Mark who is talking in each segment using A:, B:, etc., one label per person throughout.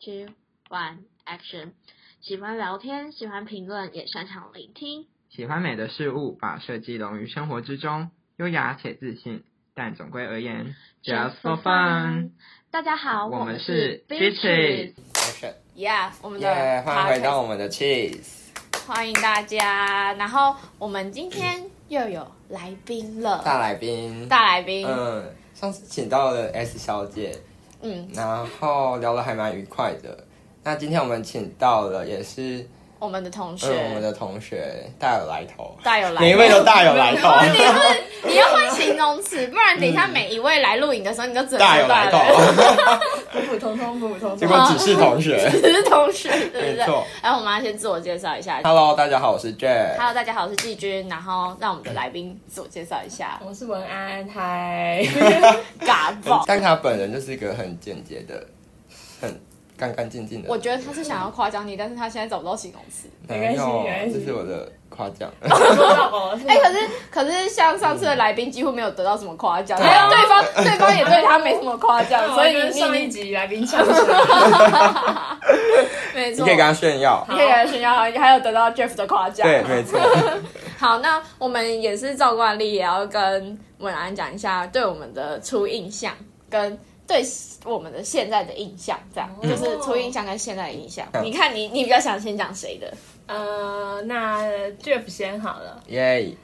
A: 之 One Action。喜欢聊天，喜欢评论，也擅长聆听。
B: 喜欢美的事物，把设计融于生活之中，优雅且自信。但总归而言，just for fun。
A: 大家好，
B: 我
A: 们
B: 们
A: 是
B: 是
A: Beaches。
C: Action，
A: Yeah，我们的
C: 耶！欢迎回
A: podcast
C: 到我们的 Cheese，
A: 欢迎大家。然后我们今天又有来宾了，
C: 大来宾。
A: 大来宾，
C: 嗯，上次请到了 S 小姐，
A: 嗯，
C: 然后聊得还蛮愉快的。那今天我们请到了，也是
A: 我们的同
C: 嗯我们
A: 学
C: 的同学，大有来头，
A: 大有来
C: 每一位都大有来头，
A: 你会你要换形容词，不然等一下每一位来录影的时候，你都只能
C: 嗯大有
A: 说
C: 来
A: 大 有来头，
C: 头。
A: 普普通通，普普通
C: 结果只是同学，
A: 只是同学，对不
C: 没
A: 对？
C: 错。
A: 然后我们要先自我介绍一下。
C: Hello，大家好，我是 J。
A: Hello，大家好，我是季军。然后让我们的来宾自我介绍一下。
D: 我是文安，嗨，
A: 尬爆，
C: 但他本人就是一个很简洁的，很干干净净的。
A: 我觉得他是想要夸奖你，但是他现在找不到形容词。
D: 没关系没
C: 没
D: 关
C: 有，
D: 系
C: 这是我的夸奖。
D: 说到我是
A: 哎、可是可是像上次的来宾几乎没有得到什么夸奖，
C: 对啊
A: 对方对方也对他没什么夸 奖，所以
D: 跟
A: 你
D: 上
A: 你
D: 一
A: 你
D: 集来宾抢手，
A: 没
C: 你
A: 错，
C: 可以跟他炫耀。
A: 你可
D: 啊
A: 以给他炫耀，还有得到 Jeff 的夸奖。
C: 对，没错。
A: 好，那我们也是照惯例，也要跟文安讲一下对我们的初印象跟。对我们的现在的印象，这样、就是初印象跟现在的印象。
C: 嗯
A: 你看你，你比较想先讲谁的？
D: 呃，那 Jeff 先好了，
C: 耶！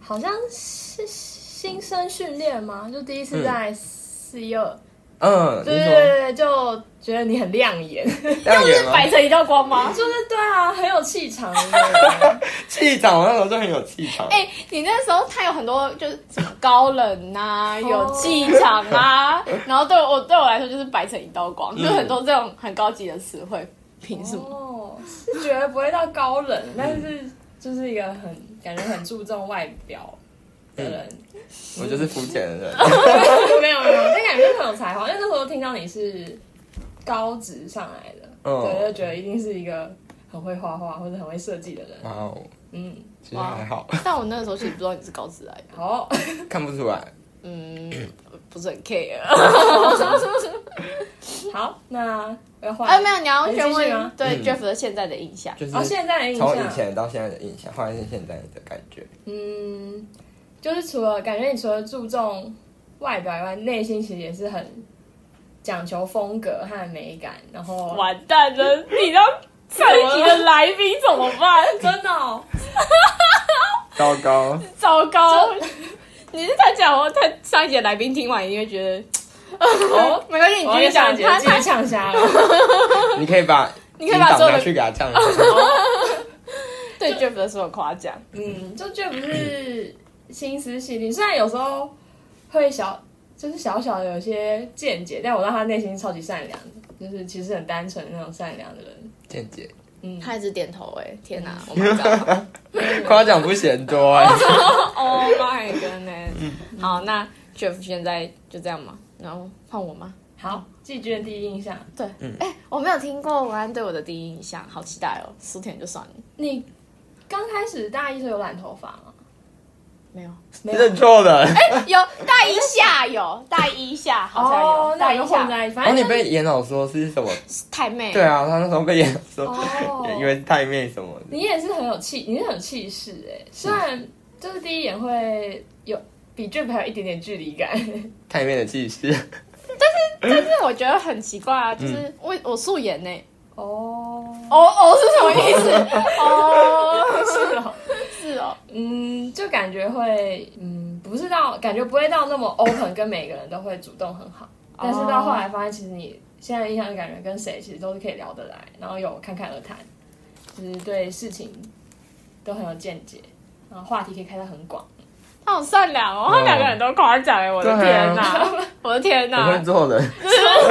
D: 好像是新生训练吗？就第一次在四一二，
C: 嗯，
D: 对
C: 你
D: 对
C: 说
D: 对，对就觉得你很亮 眼，
C: 亮眼吗？
A: 百城一道光吗？
D: 就是对啊，很有气场的那个，
C: 气场，我那时候就很有气场。
A: 哎、你那时候他有很多就是什么高冷啊，有气场 啊，然后对我对我来说就是百城一道光，就很多这种很高级的词汇，凭什么？
D: 哦，是觉得不会到高冷，但是就是一个很感觉很注重外表的人，
C: 我就是肤浅的人。
D: 没有没有，但感觉很有才华。因为那时候听到你是高职上来的，
C: 嗯
D: 对，就觉得一定是一个很会画画或者很会设计的人。
C: 哇哦，
D: 嗯，
C: 其实还好，
A: 但我那个时候其实不知道你是高职来的，
D: 好，
C: 看不出来。
A: 嗯，不是很 care。
D: 好，那我要换。
A: 哎，没有，你啊要先
D: 你继续
A: 问
D: 吗
A: 对
C: 嗯
A: Jeff 的现在的印象。
C: 就是
D: 哦，现在的印象，
C: 从以前到现在的印象，换是现在的感觉。
D: 嗯，就是除了感觉你除了注重外表以外，内心其实也是很讲求风格和美感，然后
A: 完蛋了，你让上一集的来宾怎么办？
D: 真的、哦。
C: 糟糕，
A: 糟 糕！你是他讲哦，他上一集的来宾听完一定会觉得， 哦，没关系，你
D: 我
A: 继续
D: 要
A: 讲。
D: 讲
A: 他
D: 他
A: 他
D: 他呛瞎了，
C: 你可以把你
A: 可以把所有的
C: 拿去给他这样。
A: 对 Jeff 的所有夸奖，
D: 嗯，就绝不是心思细腻，虽然有时候会小，就是小小的有些见解，但我知道他内心超级善良的，就是其实很单纯的那种善良的人。
C: 见解，
D: 嗯，
A: 他一直点头哎，天哪，Oh my god，Oh
C: 夸奖不嫌多哎。
A: Oh my
C: 嗯
A: goodness！好，那 Jeff 现在就这样嘛，然后换我吗？
D: 好，季军的第一印象，
A: 对，哎，我没有听过文安对我的第一印象，好期待哦。苏甜就算了，
D: 你刚开始大一时候有染头发吗？
A: 没有，
D: 没有
C: 认。错了，
A: 有大一下有，大一下好像有，
D: 哦，
A: 大
D: 那
A: 一
D: 就混
A: 下
D: 在一起，
C: 然后
D: 反
C: 哦你
D: 正
C: 被严老说是什么？
A: 太妹，
C: 对，啊，他那时候被严老说，
D: 哦
C: 也以为是太妹什么的。
D: 你也是很有气，你是很有气势哎，虽然就是第一眼会有比 j e 还有一点点距离感，
C: 太妹的气势，
A: 但我觉得很奇怪啊，
C: 嗯
A: 就是我我素颜呢，
D: 哦，
A: 哦哦是什么意思？哦
D: 是哦。
A: 是哦，
D: 嗯，就感觉会，嗯，不是到感觉不会到那么 open，跟每个人都会主动很好。但是到后来发现，其实你现在印象就感觉跟谁其实都是可以聊得来，然后有侃侃而谈，就是对事情都很有见解，然后话题可以开得很广。
A: 他好善良哦，他两个人都夸奖哎，我的
C: 对
A: 天
C: 啊
A: 哪，我的天
C: 不会
A: 哪，
C: 做人。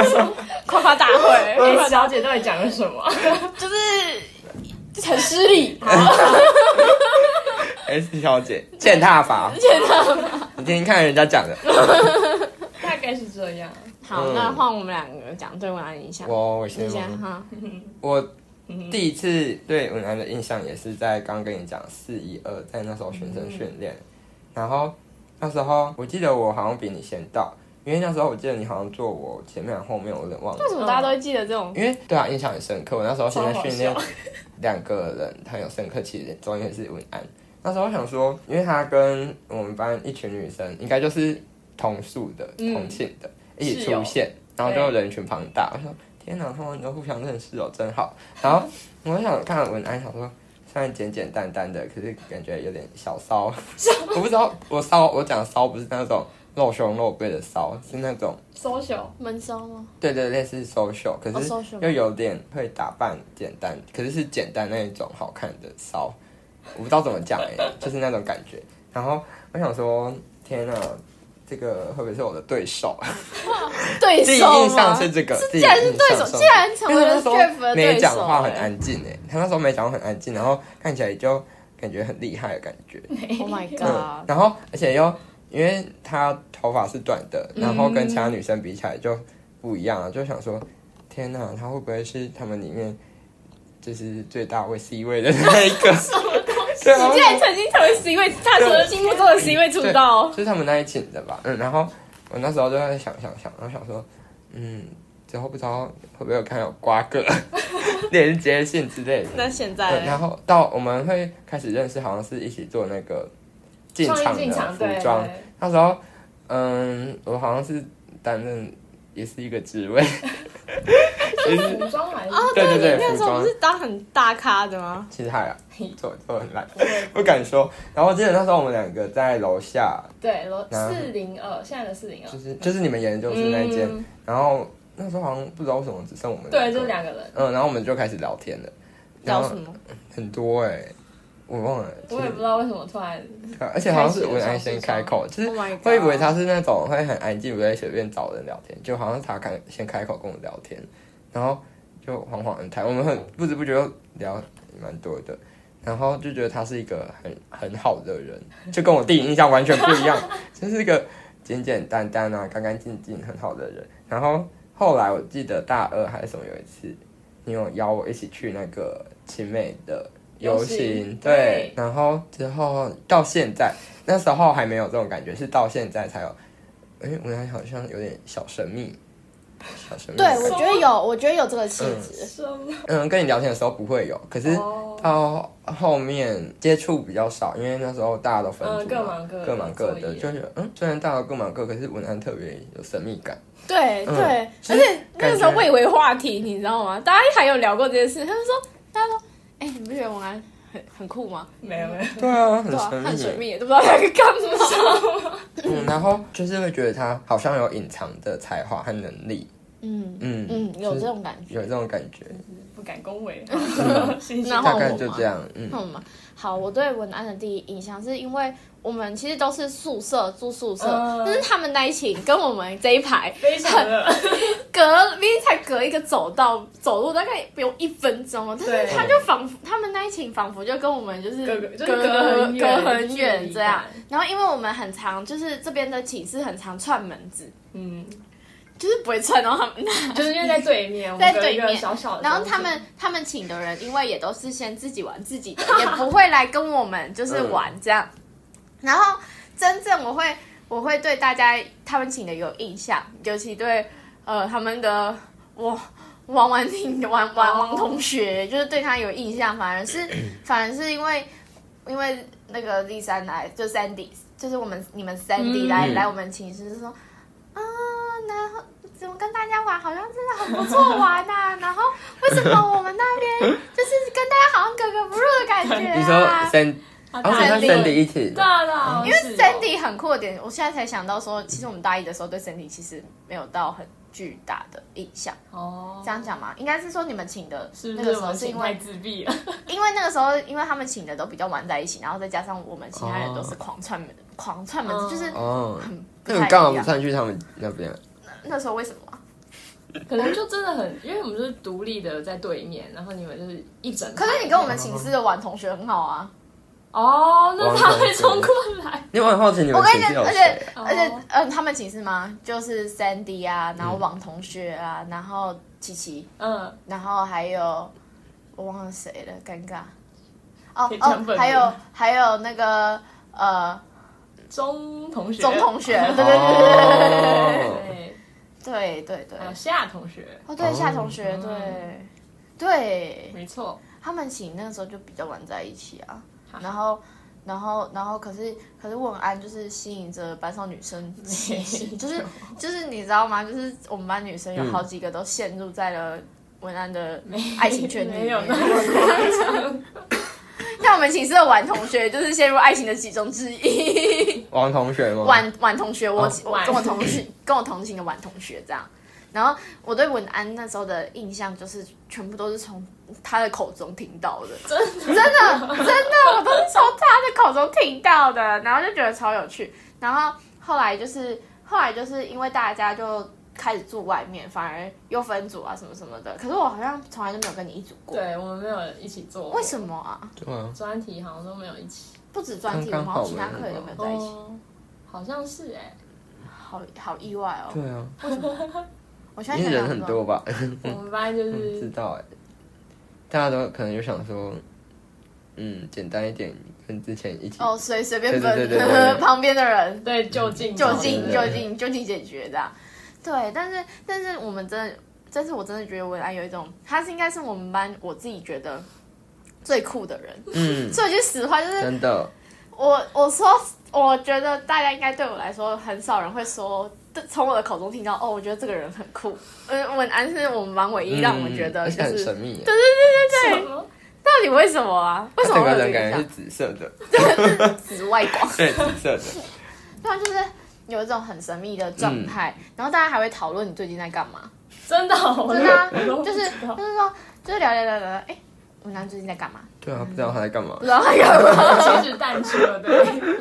A: 夸夸大会，
D: 哎、
A: 夸夸大
D: 小姐到底讲了什么？
A: 就是很失 礼，
C: 嗯 S 哎小姐践踏法，
A: 真的。
C: 你听听看人家讲 的。
D: 大概是这样。
A: 好，那换我们两个讲对文案的影响，
C: 我我先
A: 你
C: 吗
A: 先哈，
C: 我第一次对文安的印象也是在刚跟你讲四一二，嗯在那时候学生训练，然后那时候我记得我好像比你先到，因为那时候我记得你好像坐我前面还是后面，我有点忘了
A: 为。什么大家都会记得这种？
C: 因为对啊，印象很深刻。我那时候现在训练
D: 哦超好
C: 两个人很有深刻，其实中一个是文安。那时候我想说，因为他跟我们班一群女生，应该就是同宿的、
D: 嗯
C: 同寝的，一起
D: 室友
C: 出现，然后就人群庞大。我说天哪，他们都互相认识哦，真好。然后我就想看文安，想说虽然简简单单的，可是感觉有点小 骚。我不知道我骚，我讲骚不是那种露胸露背的骚，是那种
D: social
A: 闷骚吗？
C: 对对，类似 social，可
A: 哦
C: 是
A: ，social
C: 又有点会打扮简单，可是是简单那一种好看的骚，我不知道怎么讲哎、 就是那种感觉。然后我想说，天哪，这个会不会是我的对 手？
A: 对
C: 第一
A: 手吗
C: 印象是这个，第一
A: 竟然是
C: 印
A: 对手
C: 象，
A: 竟然成
C: 因
A: 为
C: 为
A: 了
C: 他那时
A: Jeff
C: 候
A: 的
C: 没
A: 对手、
C: 讲话很
A: 哎
C: 安静哎、他那时候没讲话很安静，然后看起来就感觉很厉害的感觉。
A: Oh my
C: 嗯
A: god！，
C: 然后而且又因为她头发是短的，然后跟其他女生比起来就不一样了，就想说，天哪，她会不会是他们里面就是最大位 C 位的那一 个？对啊，
A: 你竟然曾经成为 C 位，他从心目中的 C 位出
C: 对啊
A: 道哦，
C: 就是他们那一寝的吧？嗯，然后我那时候就在想想想，然后想说，嗯，之后不知道会不会有看有瓜葛、 连接性之类的。
A: 那现
C: 对，
A: 在
C: 然
A: 呢
C: 后到我们会开始认识，好像是一起做那个进场
D: 创意进
C: 的
D: 场
C: 服
D: 对
C: 装
D: 对。
C: 那时候，嗯，我好像是担任也是一个职位， 也是
D: 服装还是
C: 对对
A: 哦你
C: 对，
A: 那
C: 服
A: 时候
C: 装
A: 不是当很大咖的吗？
C: 其实还好做做得很烂，不敢说。然后我记得那时候我们两个在楼下，
D: 对楼
C: 然后
D: 四零二，现在的四零二
C: 就，是就是你们研究室那一间，
D: 嗯
C: 然后那时候好像不知道为什么只剩我们
D: 对，
C: 个
D: 就是两个人，
C: 嗯，然后我们就开始聊天了，然
A: 叫
C: 后嗯
A: 什么？
C: 很多哎、我忘了，
D: 我也不知道为什么突然
C: 对 而且好像是文安先开口，就是
A: Oh my god
C: 我以为他是那种会很安静，不会随便找人聊天，就好像是他开先开口跟我聊天，然后就缓缓谈，我们很不知不觉就聊蛮多的，然后就觉得他是一个很很好的人，就跟我第一印象完全不一样， 就是一个简简单单啊、干干净净、很好的人。然后后来我记得大二还是什么有一次，你有邀我一起去那个青美的游
D: 游
C: 行
D: 行，
C: 对
D: 对，
C: 然后之后到现在，那时候还没有这种感觉，是到现在才有。哎，我还好像有点小神秘，小神秘
A: 对
C: 的感觉。
A: 我觉得有，我觉得有这个气质。
D: 什么
C: 嗯，跟你聊天的时候不会有，可是
D: 哦，
C: 到后面接触比较少，因为那时候大家都分
D: 嗯
C: 组嘛
D: 各忙各的
C: 各忙各
D: 作
C: 的，
D: 业
C: 就觉得嗯，虽然大家各忙各，可是文案特别有神秘感。
A: 对
C: 嗯
A: 对，
C: 就
A: 而
C: 是
A: 且那个时候
C: 感觉
A: 蔚为话题，你知道吗？大家还有聊过这件事，他们说，大家说，哎、你不觉得王安很很酷吗？
D: 没有没有，
C: 对啊，
A: 对啊，他
C: 很神
A: 很
C: 秘
A: 神
C: 耶。
A: 秘，也不知道他在干 嘛。
C: 嗯，然后就是会觉得他好像有隐藏的才华和能力。
A: 嗯
C: 嗯
A: 嗯，有
C: 就是
A: 这种感觉。
C: 有这种感觉，
D: 不敢恭 维， 谢谢
A: 然后
C: 大
A: 我
C: 概就这
A: 嘛，
C: 样。嗯，
A: 嗯嘛，好，我对文安的第一印象是因为我们其实都是宿舍住宿舍，
D: 嗯
A: 但是他们那一群跟我们这一排
D: 非常的
A: 隔明明才隔一个走道，走路大概不用一分钟哦，但
D: 对
A: 是他就仿佛他们那一群仿佛就跟我们就是
D: 隔就是
A: 隔
D: 隔很
A: 隔
D: 远
A: 很远这样
D: 距离。
A: 然后因为我们很常就是这边的寝室很常串门子，
D: 嗯，
A: 就是不会串到他们，
D: 就是因为在对面，我
A: 在
D: 们隔一
A: 对
D: 个
A: 面
D: 小小的，
A: 然后他们他们请的人，因为也都是先自己玩自己的，也不会来跟我们就是玩这样。然后真正我会我会对大家他们请的有印象，尤其对呃他们的我。王婉婷、王王王同学就是对他有印象，反而是反而是因为因为那个第三来就 Sandy，就是我们你们 Sandy
D: 嗯
A: 来、
C: 嗯
A: 来我们寝室就说啊，然后怎么跟大家玩，好像真的很不错玩呐、 然后为什么我们那边就是跟大家好像格格不入的感觉
C: 你说哦
A: 啊？
C: 三，
D: 他
C: 而且他
A: 是
C: 三 D 一起的，
D: 大哦了，因为
A: Sandy 很酷的点，我现在才想到说，其实我们大一的时候对 Sandy 其实没有到很巨大的印象。
D: 哦
A: 这，样讲嘛，应该是说你们请的
D: 是
A: 那
D: 不
A: 个
D: 是
A: 时
D: 我
A: 候
D: 们
A: 是
D: 心
A: 因
D: 态
A: 为，
D: 自 闭了？
A: 因为那个时候因为他们请的都比较玩在一起，然后再加上我们其他人都是狂串门、狂串门子，
D: 哦
A: 就是
C: 哦，
A: 不
C: 那你
A: 太
C: 干嘛
A: 一
C: 不
A: 样。
C: 上去他们那边？
A: 那时候为什么啊？
D: 可能就真的很，因为我们就是独立的在对面，然后你们就是一整
A: 可
D: 排。
A: 是你跟我们寝室的玩同学很好啊。
D: 哦，那他会冲过来，
C: 因为我很好奇你
A: 我跟
C: 们寝
A: 你
C: 室
A: 讲，
C: 有
A: 而
C: 谁
A: 且
C: 啊？
D: 哦
A: 而且，嗯、他们寝室吗？就是 Sandy 啊，然后王同学啊，然后琪琪，
D: 嗯，
A: 然后还有我忘了谁了，尴尬。哦
D: 可以讲
A: 哦，
D: 本名
A: 还有还有那个呃
D: 钟同学，
A: 钟同学，对对对对对
C: 哦，
D: 对，
A: 对对对
D: 还，有夏同学，
A: 哦对，夏同学，
D: 哦
A: 对对，
D: 没错，
A: 他们其实那个时候就比较玩在一起啊
D: 好，
A: 然后。然后，然后，可是，可是，问安就是吸引着班上女生，就是就是你知道吗？就是我们班女生有好几个都陷入在了文安的爱情圈 里
D: 没有
A: 面
D: 那么夸张，
A: 像我们寝室的婉同学就是陷入爱情的其中之一。
C: 王同学吗？
A: 婉婉嗯同学，我、
C: 哦
A: 我跟我同学 跟我同寝的婉同学这样。然后我对文安那时候的印象就是全部都是从他的口中听到的，真的真的真的，我都是从他的口中听到的，然后就觉得超有趣。然后后来就是后来就是因为大家就开始住外面，反而又分组啊什么什么的。可是我好像从来都没有跟你一组过，
D: 对我们没有一起做，
A: 为什么啊？
C: 对啊，
D: 专题好像都没有一起？
A: 不止专题，我
C: 刚
A: 们
C: 刚
A: 好
C: 好
A: 像其他
C: 没有
A: 课也都没有在一起。
D: 哦，好像是哎，
A: 好好意外哦！
C: 对啊，
A: 我现在
C: 因为
A: 想
C: 人
A: 想
C: 很
A: 不
C: 多
A: 懂，
C: 吧？
A: 嗯
D: 我们班就
C: 知
D: 是
C: 道哎、大家都可能就想说，嗯，简单一点，跟之前一起。
A: 哦，随随便分
C: 对对对对对
A: 旁边的人，
D: 对就近
A: 就
C: 对
A: 近
C: 对
A: 就
C: 对
A: 近就近解决的。对，但是但是我们真的，但是我真的觉得文安有一种，他是应该是我们班我自己觉得最酷的 人。
C: 嗯，
A: 说一句实话，就是
C: 真的，
A: 我我说，我觉得大家应该对我来说，很少人会说。从我的口中听到，哦，我觉得这个人很酷。嗯，文安是我们班唯一让我们觉
C: 嗯
A: 得
C: 而
A: 就
C: 且很
A: 是，
C: 神
A: 到
C: 秘耶。
D: 什么
A: 底为什么啊？为
C: 它
A: 什么
C: 整
A: 会有
C: 哎个
A: 这
C: 人
A: 个
C: 感
A: 印
C: 觉
A: 象
C: 是？紫色的，
A: 紫外光。
C: 对，紫 色的，
A: 对啊，就是有一种很神秘的状态，然后大家还会讨论你最近在干嘛，
D: 真的哦，我
A: 真的啊、
D: 都我都
A: 就
D: 不
A: 是
D: 知道
A: 就是说就是聊聊聊聊，哎、我们男最近在干嘛？
C: 对啊，不知道他在干嘛
A: 不。知道在干嘛。
D: 其实淡出了， 对，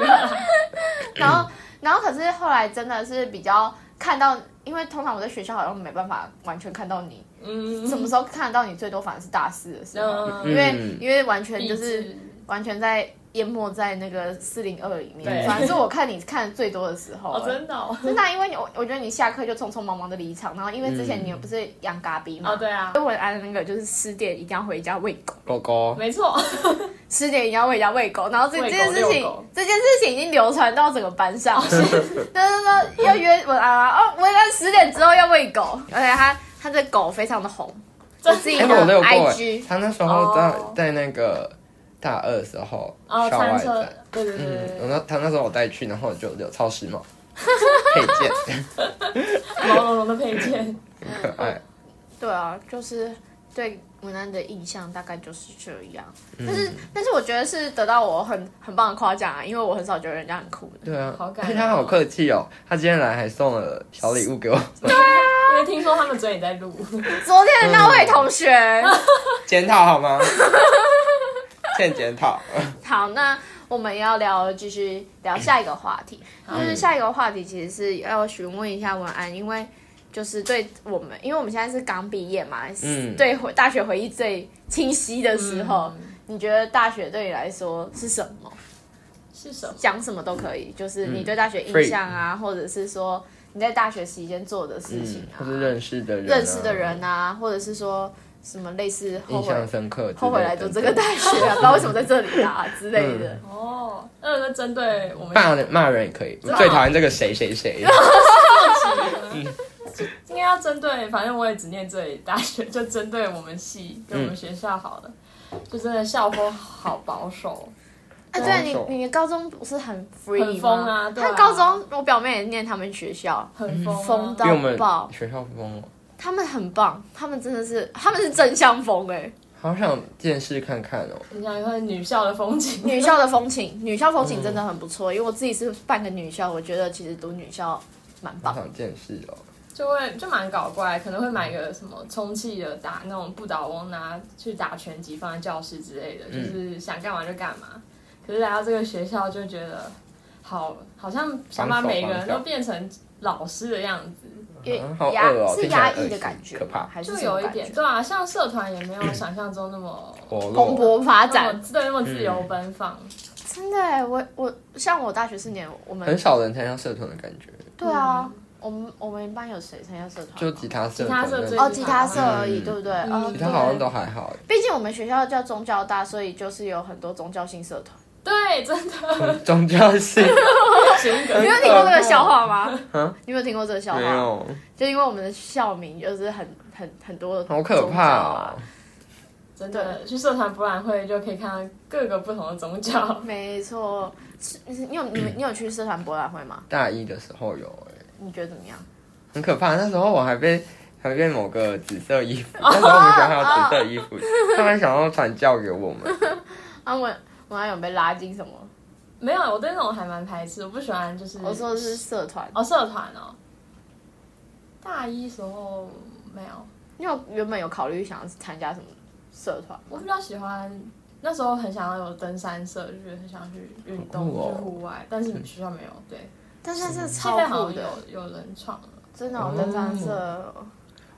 A: 然后然后可是后来真的是比较看到，因为通常我在学校好像没办法完全看到你，
D: 嗯，
A: 什么时候看得到你最多反而是大四的时候，
D: 嗯
A: 因为、
C: 嗯
A: 因为完全
D: 地
A: 就是
D: 址
A: 完全在淹没在那个四零二里面，
D: 对
A: 反正是我看你看的最多的时候、
D: 哦，
A: 哎
D: 真的哦，
A: 真的啊、因为你我我觉得你下课就匆匆忙忙的离场，然后因为之前你不是养嘎逼嘛，
D: 哦，对啊，
A: 跟我安的那个就是十点一定要回家喂狗，
C: 狗狗，
D: 没错，
A: 十点一定要回家喂狗，然后这
D: 喂
A: 这
D: 狗
A: 件事
D: 遛
A: 情
D: 狗
A: 这件事情已经流传到整个班 上，就是就是说要约文安啊，哦，文安十点之后要喂狗，而且他他的狗非常的红，我自己
C: 哎，
A: 的
C: 我都有过哎
A: IG，。
C: 他那时候在
D: 哦
C: 在那个大二的时候，
D: 哦，
C: 校外
D: 餐车
C: 展，，
D: 对对对对
C: 嗯，
D: 对
C: 我那他那时候我带去，然后我就有超 时髦配件， 哎
D: 对，毛茸茸的配件，
C: 很可爱。
A: 对啊，就是对文安的印象大概就是这样，
D: 嗯
A: 但是但是我觉得是得到我很很棒的夸奖啊，因为我很少觉得人家很酷的。
C: 对啊，
D: 好感
C: 而且他
D: 人哦
C: 好客气哦，他今天来还送了小礼物给我，
D: 因为听说他们昨天也在录，
A: 昨天的那
D: 嗯
A: 位同学，
C: 检讨好吗？ 欠检讨。
A: 好，那我们要聊，继续聊下一个话题，
C: 嗯
A: 就是下一个话题其实是要询问一下文安，因为就是对我们，因为我们现在是刚毕业嘛，
C: 嗯
A: 对回大学回忆最清晰的时候，你觉得大学对你来说是什么？
D: 是什么？
A: 讲什么都可以，就是你
C: 嗯
A: 对大学印象啊，或者是说你在大学期间做的事情
C: 嗯，
A: 啊，
C: 或是认识的人、
A: 认识的人，啊，或者是说什么类似后
C: 印
A: 悔
C: 象深刻之类的，
A: 后悔来读这个大学 啊，不知道为什么在这里啊之类的。
C: 嗯
D: 哦，那那针对我们
C: 骂人骂人也可以，我
D: 的
C: 最讨厌这个谁谁谁，
D: 应该要针对，反正我也只念这里大学， 就针对我们系，对我们学校好了。就真的校风好保守，
A: 啊，对你，你的高中不是很 free
D: 很
A: 吗
D: 疯啊对啊
A: 他高中，我表妹也念他们学校，
D: 很疯、啊，
A: 疯
C: 因
A: 到
C: 为我们
A: 爆
C: 学校疯了，
A: 他们很棒，他们真的是，他们是真相风哎、
C: 好想见识看看哦。
D: 你想看女校的风景，
A: 女校的风情，女校风情真的很不错，因为我自己是半个女校，我觉得其实读女校蛮
C: 好
A: 棒。
C: 想见识哦，
D: 就会就蛮搞怪，可能会买个什么充气的打那种不倒翁拿去打拳击放在教室之类的，
A: 嗯
D: 就是想干嘛就干嘛。可是来到这个学校就觉得好，好像想把每个人都变成老师的样子，
A: 因为
C: 啊 好
A: 压
C: 饿哦
A: 是
C: 听起来
A: 压
C: 很
A: 抑的
C: 恶
A: 感
C: 心
A: 觉吗，
C: 可怕
A: 还是
D: 就
A: 什么
D: 有一
A: 感
D: 点
A: 觉
D: 对啊，像社团也没有想象中那么
C: 活
A: 蓬
C: 络
A: 勃发
D: 那
A: 展
D: 么。对那么自由奔放。
A: 真的哎、我我像我大学四年，我
C: 很
A: 们
C: 少人参加社团的感觉，
A: 对啊，
D: 嗯
A: 我们我们班有谁参加社团吗？
C: 就吉他社
D: 吉他
C: 团
D: 社
C: 那种，
D: 最
A: 哦，吉他社而已，
C: 嗯
A: 对不对？哦
C: 吉他好像都还好，
A: 毕竟我们学校叫宗教大，所以就是有很多宗教性社团。
D: 对对，真的
C: 宗教性
D: 型格
A: 你没有听过这个笑话吗？ 你没有听过这个笑
C: 没
A: 话？
C: 有，
A: 就因为我们的校名就是很很很多，
C: 好可怕哦！！
D: 真的去社团博览会就可以看到各个不同的宗教。
A: 没错，是你有你们你有去社团博览会吗？
C: 大一的时候有哎、
A: 你觉得怎么样？
C: 很可怕。那时候我还被还被某个紫色衣服，那时候我们学校还有紫色衣服，他们想要传教给我们。
A: 啊，我我还有被拉进什么？
D: 没有，我对那种还蛮排斥，我不喜欢就是
A: 我说的是社团，
D: 哦社团哦，大一时候没有，
A: 你有原本有考虑想要参加什么社团
D: 我
A: 吗
D: 比？较喜欢。那时候很想要有登山社，就是很想去运
C: 好
D: 动、
C: 酷哦
D: 去户外，但是学校没有。对，
A: 但是是
D: 现
A: 超
D: 在好
A: 酷
D: 像
A: 的，
D: 有有人创了。
A: 真的有登山社，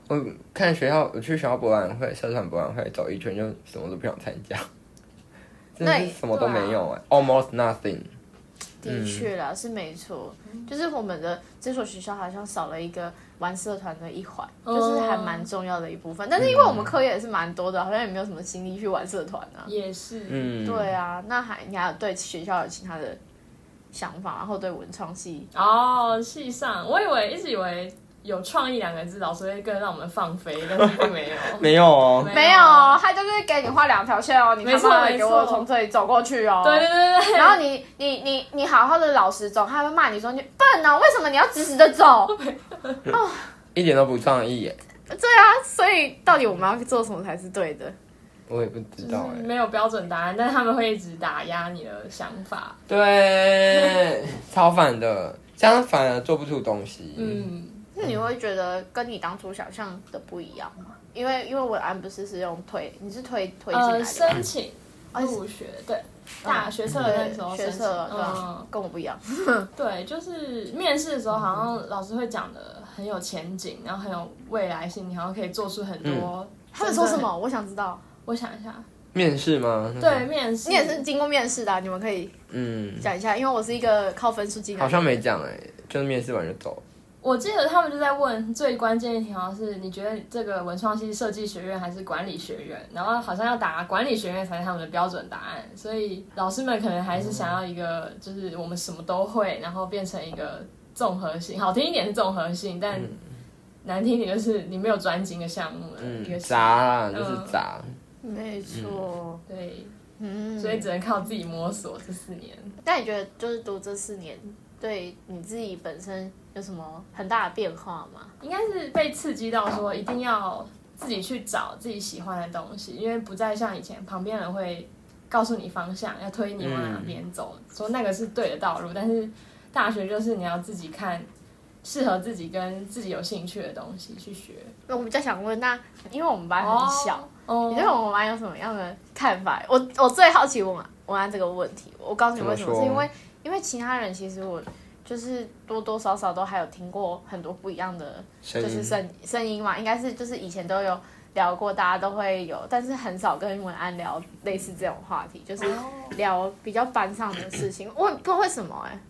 C: 我看学校，我去学校博览会、社团博览会走一圈，就什么都不想参加，真
A: 那
C: 的是什么都没有哎、a l m o s t nothing。
A: 的确啦，是没错。就是我们的这所学校好像少了一个玩社团的一环，就是
D: 哦
A: 还蛮重要的一部分。但是因为我们课业也是蛮多的，好像也没有什么精力去玩社团啊。
D: 也是，
C: 嗯，
A: 对啊，那还你还有对学校有其他的想法，然后对文创系
D: 哦，系上，我以为一直以为有创意两个字，老师会更让我们放飞，但是并没 有。
C: 没有哦，
D: 没
A: 没有哦，他就是给你画两条线哦，你
D: 没
A: 他
D: 错
A: 妈的
D: 没
A: 给我
D: 错
A: 从这里走过去哦。
D: 对对对对，
A: 然后你你你你好好的老实走，他会骂你说你笨哦，为什么你要直直的 走？
C: 一点都不创意欸耶、
A: 对啊，所以到底我们要做什么才是对的？
C: 我也不知道
D: 就是
C: 哎、
A: 嗯
D: 没有标准答案，但是他们会一直打压你的想法。
C: 对，超反的，这样反而做不出东西。嗯，
D: 嗯，
A: 那你会觉得跟你当初想象的不一样吗？因为因为我安不是是用推，你是推推进来的
D: 呃，
A: 吧，
D: 申请入学，对，大学测的那时候
A: 哦学
D: 申请，
A: 测对吧
D: 嗯，？
A: 跟我不一样。
D: 对，就是面试的时候，好像老师会讲的很有前景，然后很有未来性，你好像可以做出很多。
A: 嗯他们说什？么？我想知道。
D: 我想一下，
C: 面试吗？
D: 对，，面试，
A: 你也是经过面试的啊、你们可以
C: 嗯，
A: 讲一下，因为我是一个靠分数进来的。
C: 好像没讲哎、就是面试完就走。
D: 我记得他们就在问最关键一题，好像是你觉得这个文创系设计学院还是管理学院？然后好像要答管理学院才是他们的标准答案，所以老师们可能还是想要一个，就是我们什么都会，然后变成一个综合性，好听一点是综合性，但难听一点就是你没有专精的项目了，一
C: 嗯，
D: 个
C: 砸啦，
A: 嗯
C: 就是砸。
A: 没错，
D: 对，
A: 嗯，
D: 所以只能靠自己摸索这四年。
A: 那你觉得就是读这四年，对你自己本身有什么很大的变化吗？
D: 应该是被刺激到说一定要自己去找自己喜欢的东西，因为不再像以前旁边人会告诉你方向，要推你往哪边走，说那个是对的道路。但是大学就是你要自己看适合自己跟自己有兴趣的东西去学。
A: 那我比较想问，那因为我们班很小，
D: 哦，
A: 你对我们班有什么样的看法？我我最好奇我们我安这个问题，我告诉你为什
C: 怎么
A: 么，
C: 说
A: 是因为因为其他人其实我就是多多少少都还有听过很多不一样的
C: 声音
A: 就是声声音嘛，应该是就是以前都有聊过，大家都会有，但是很少跟文安聊类似这种话题，就是
D: 哦
A: 聊比较班上的事情。我也不知道为什么哎、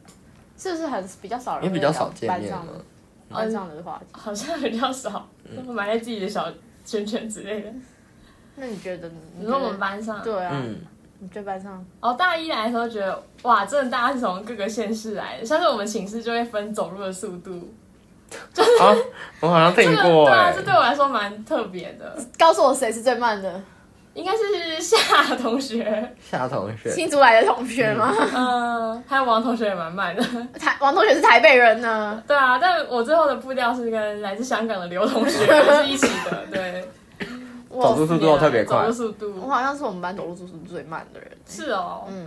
A: 是不是很比较少人
C: 因为比较少见
A: 会
C: 面
A: 聊班上
C: 嘛
A: 的班上的话题？
D: 好像比较少，都埋在自己的小圈圈之类的。
A: 那你觉得呢？你
D: 你
A: 觉
D: 说
A: 得
D: 我们班上，
A: 对啊，
C: 嗯，
A: 你觉得班上
D: 哦，大一来的时候觉得哇，真的大家是从各个县市来的，像是我们寝室就会分走路的速度，
C: 啊，我好像听
D: 这个
C: 过
D: 对
C: 哎、
D: 啊，这对我来说蛮特别的，
A: 告诉我谁是最慢的？
D: 应该是夏同学，
C: 夏同学，
A: 新竹来的同学吗？
D: 嗯，还有王同学也蛮慢的，
A: 台王同学是台北人呢。
D: 对啊，但我最后的步调是跟来自香港的 刘同学是一起的，对，
A: 我
C: 走路速度都哦特别
D: 啊走
C: 快
D: 路，速
A: 我
D: 度
A: 好像是我们班走路速度最慢的人，
D: 是哦，
A: 嗯，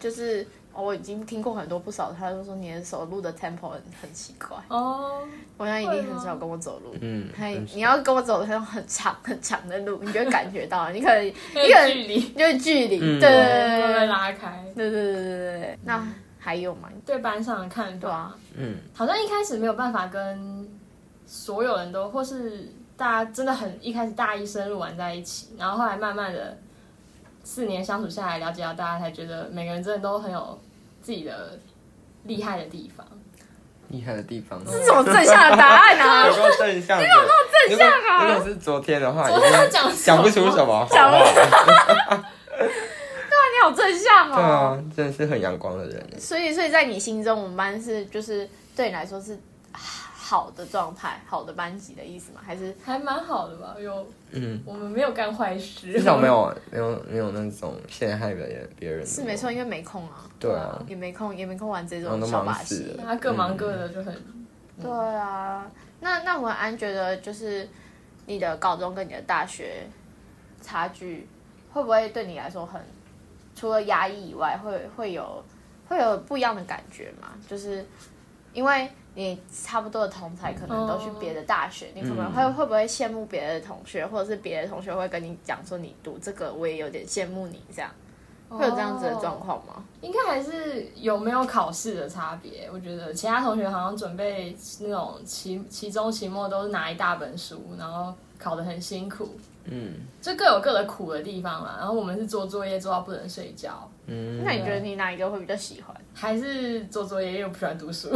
A: 就是、哦我已经听过很多不少，他就说你的走路的 tempo 很很奇怪，
D: 哦，
A: 我想一定很少跟我走路。
C: 嗯，
A: 他
C: 很
A: 你要跟我走的那种很长很长的路，你就会感觉到， 你可能
D: 那
A: 一个
D: 个
A: 人
D: 距离
A: 就是距离，
C: 嗯
A: 对对
D: 对慢慢
A: 对
D: 拉开，
A: 对对对对对
D: 嗯
A: 对。那还有吗？
D: 对班上的看
A: 对
D: 法，
A: 啊，
C: 嗯，
D: 好像一开始没有办法跟所有人都，或是大家真的很一开始大一深入玩在一起，然后后来慢慢的四年相处下来，了解到大家才觉得每个人真的都很有自己的厉害的地方。
C: 厉害的地方。
A: 这是什么正向的答案
C: 有
D: 哦
A: 啊？
C: 够正向的，你有够正向
A: 啊
C: 如果如果是昨天的话，
D: 昨天
C: 已经
D: 讲什 么
C: 讲不出什么好
A: 讲不
C: 话。
A: 啊你好正向
C: 对
A: 哦。
C: 啊，真的是很阳光的人。
A: 所以，所以在你心中，我们班是就是对你来说是好的状态，好的班级的意思吗？还是
D: 还蛮好的吧？有
C: 嗯，
D: 我们没有干坏事，
C: 至少没有没有没有那种陷害别人别人的
A: 是没错，因为没空啊，
C: 对啊，
A: 也没空，也没空玩这
C: 然后
A: 种
C: 都
A: 小
C: 忙
A: 把
C: 死
A: 戏。
C: 了，
D: 大家各忙各的，就很
A: 对啊，那那文安觉得就是你的高中跟你的大学差距，会不会对你来说很除了压抑以外，会会有会有不一样的感觉吗？就是因为你差不多的同才可能都去别的大学，你可能会、
C: 嗯
A: 会不会羡慕别的同学，或者是别的同学会跟你讲说你读这个，我也有点羡慕你这样，会有这样子的状况吗？
D: 应该还是有没有考试的差别。我觉得其他同学好像准备那种期期中、期末都是拿一大本书，然后考得很辛苦，
C: 嗯
D: 就各有各的苦的地方啦。然后我们是做作业做到不能睡觉，
C: 嗯。
A: 那你觉得你哪一个会比较喜欢？
D: 还是做作业又不喜欢读书，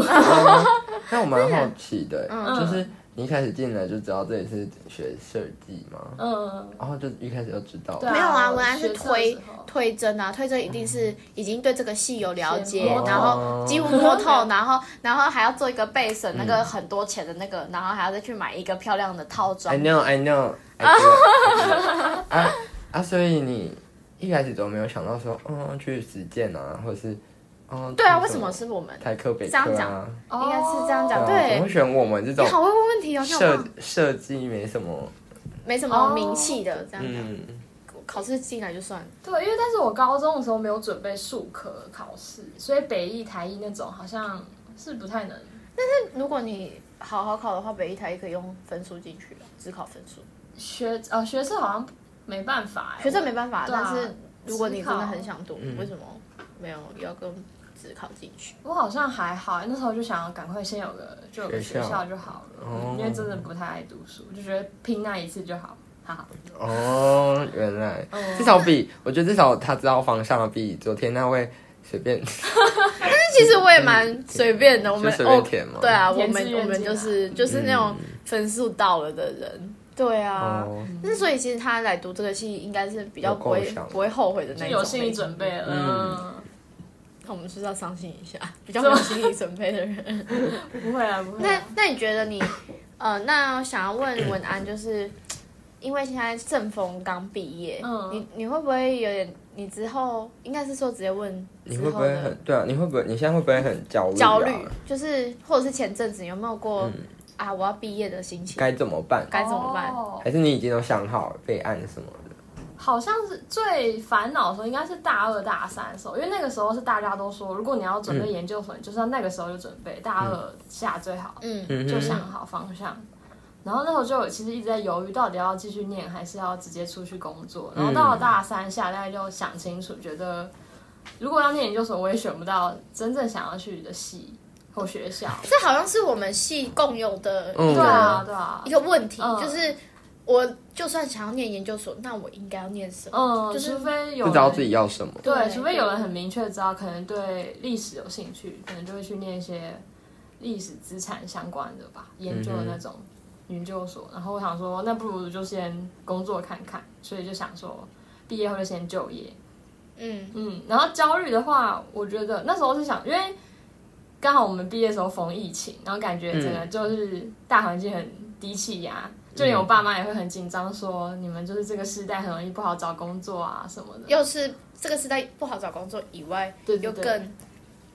C: 那我蛮好奇的，欸就是你一开始进来就知道这里是学设计吗？
D: 嗯，
C: 然后就一开始就知道了，
D: 对
A: 没有啊，
D: 我
A: 文案是
D: 学测的
A: 推
D: 时候
A: 推甄啊，推甄一定
C: 嗯
A: 是已经对这个戏有了解
D: 先，摸
A: 然后
C: 透
A: 几乎摸 透，然后然后还要做一个备审，那
C: 嗯
A: 个很多钱的那个，然后还要再去买一个漂亮的套装
C: I。know, I know, I do. 啊啊！所以你一开始都没有想到说，嗯，去实践啊，或者是，嗯，
A: 对啊，
C: 去
A: 为
C: 什
A: 什么
C: 么
A: 是我们？
C: 台科北
A: 这
C: 科
A: 样
C: 啊
A: 讲？应该是这样讲
D: 哦
C: 啊
A: 对
C: 怎么会选我们这
A: 你
C: 种
A: 好会问问题哦，像我
C: 设
A: 们
C: 设计没什么？
A: 没什么名气
D: 哦
A: 的这样讲，
C: 嗯，
A: 考试进来就算了。
D: 对，因为但是我高中的时候没有准备数科考试，所以北艺、台艺那种好像是不太能。
A: 如果你好好考的话，北一台也可以用分数进去，只考分数。
D: 学呃学测好像没办法、欸，
A: 学这没办法，
D: 对啊
A: 但是如果你真的
D: 只考
A: 很想读，
C: 嗯
A: 为什么没有要跟只考进去？
D: 我好像还好，那时候就想要赶快先有个就有个
C: 学校
D: 学校就好了，
C: 哦
D: 因为真的不太爱读书，就觉得拼那一次就好，哈哈。
C: 哦，原来
D: 嗯
C: 至少比我觉得至少他知道方向，啊比昨天那位随便
A: 其实我也蛮随便的，我们
C: 嗯就随便填嘛嗯
A: 哦对啊，我
D: 填
A: 们
D: 志愿
A: 我们
D: 进
A: 就
D: 来
A: 是就是那种分数到了的人，对啊。
C: 哦，
A: 那所以其实他来读这个戏，应该是比较
C: 有
A: 不
C: 构
A: 会
C: 想
A: 不会后悔的那
D: 就
A: 一种。
D: 有心理准备了，
C: 嗯
A: 那我们是不是要伤心一下， 比较没有心理准备的人。
D: 不会啊，不会
A: 那
D: 啊。
A: 那你觉得你呃，那想要问文安，就是因为现在正峰刚毕业，
D: 嗯
A: 你你会不会有点？你之后应该是说直接问
C: 你
A: 之
C: 会不
A: 后
C: 会
A: 的
C: 很对啊？你会不会你现在会不会很焦虑、啊？
A: 焦虑，就是或者是前阵子有没有过、
C: 嗯
A: 啊我要毕业的心情？
C: 该怎么办？
A: 该怎么办
D: 哦
C: 还是你已经都想好备案什么的？
D: 好像是最烦恼的时候，应该是大二大三的时候，因为那个时候是大家都说，如果你要准
C: 嗯
D: 备研究所，你就是要那个时候就准备，大二下最好。
A: 嗯，
C: 嗯
D: 就
C: 哼
D: 想好方向。然后那时候就有其实一直在犹豫，到底要继续念还是要直接出去工作。然后到了
C: 嗯
D: 大三下，大概就想清楚，觉得如果要念研究所，我也选不到真正想要去的系或学校。
A: 这好像是我们系共有的
C: 嗯
A: 一个、
D: 对啊，对啊
A: 一，个问题，
D: 嗯
A: 就是我就算想要念研究所，那我应该要念什么？
D: 嗯，
A: 就是
D: 除非有
C: 不知道
D: 人
C: 自己要什么。
D: 对，
A: 对
D: 除非有人很明确知道，可能对历史有兴趣，可能就会去念一些历史资产相关的吧，研究的那种研究所。然后我想说，那不如就先工作看看，所以就想说，毕业后就先就业。
A: 嗯，
D: 嗯，然后焦虑的话，我觉得那时候是想，因为刚好我们毕业的时候逢疫情，然后感觉整个就是大环境很低气压，就连我爸妈也会很紧张，说你们就是这个时代很容易不好找工作啊什么的。
A: 又是这个时代不好找工作以外，
D: 对嗯对
A: 又
D: 对
A: 更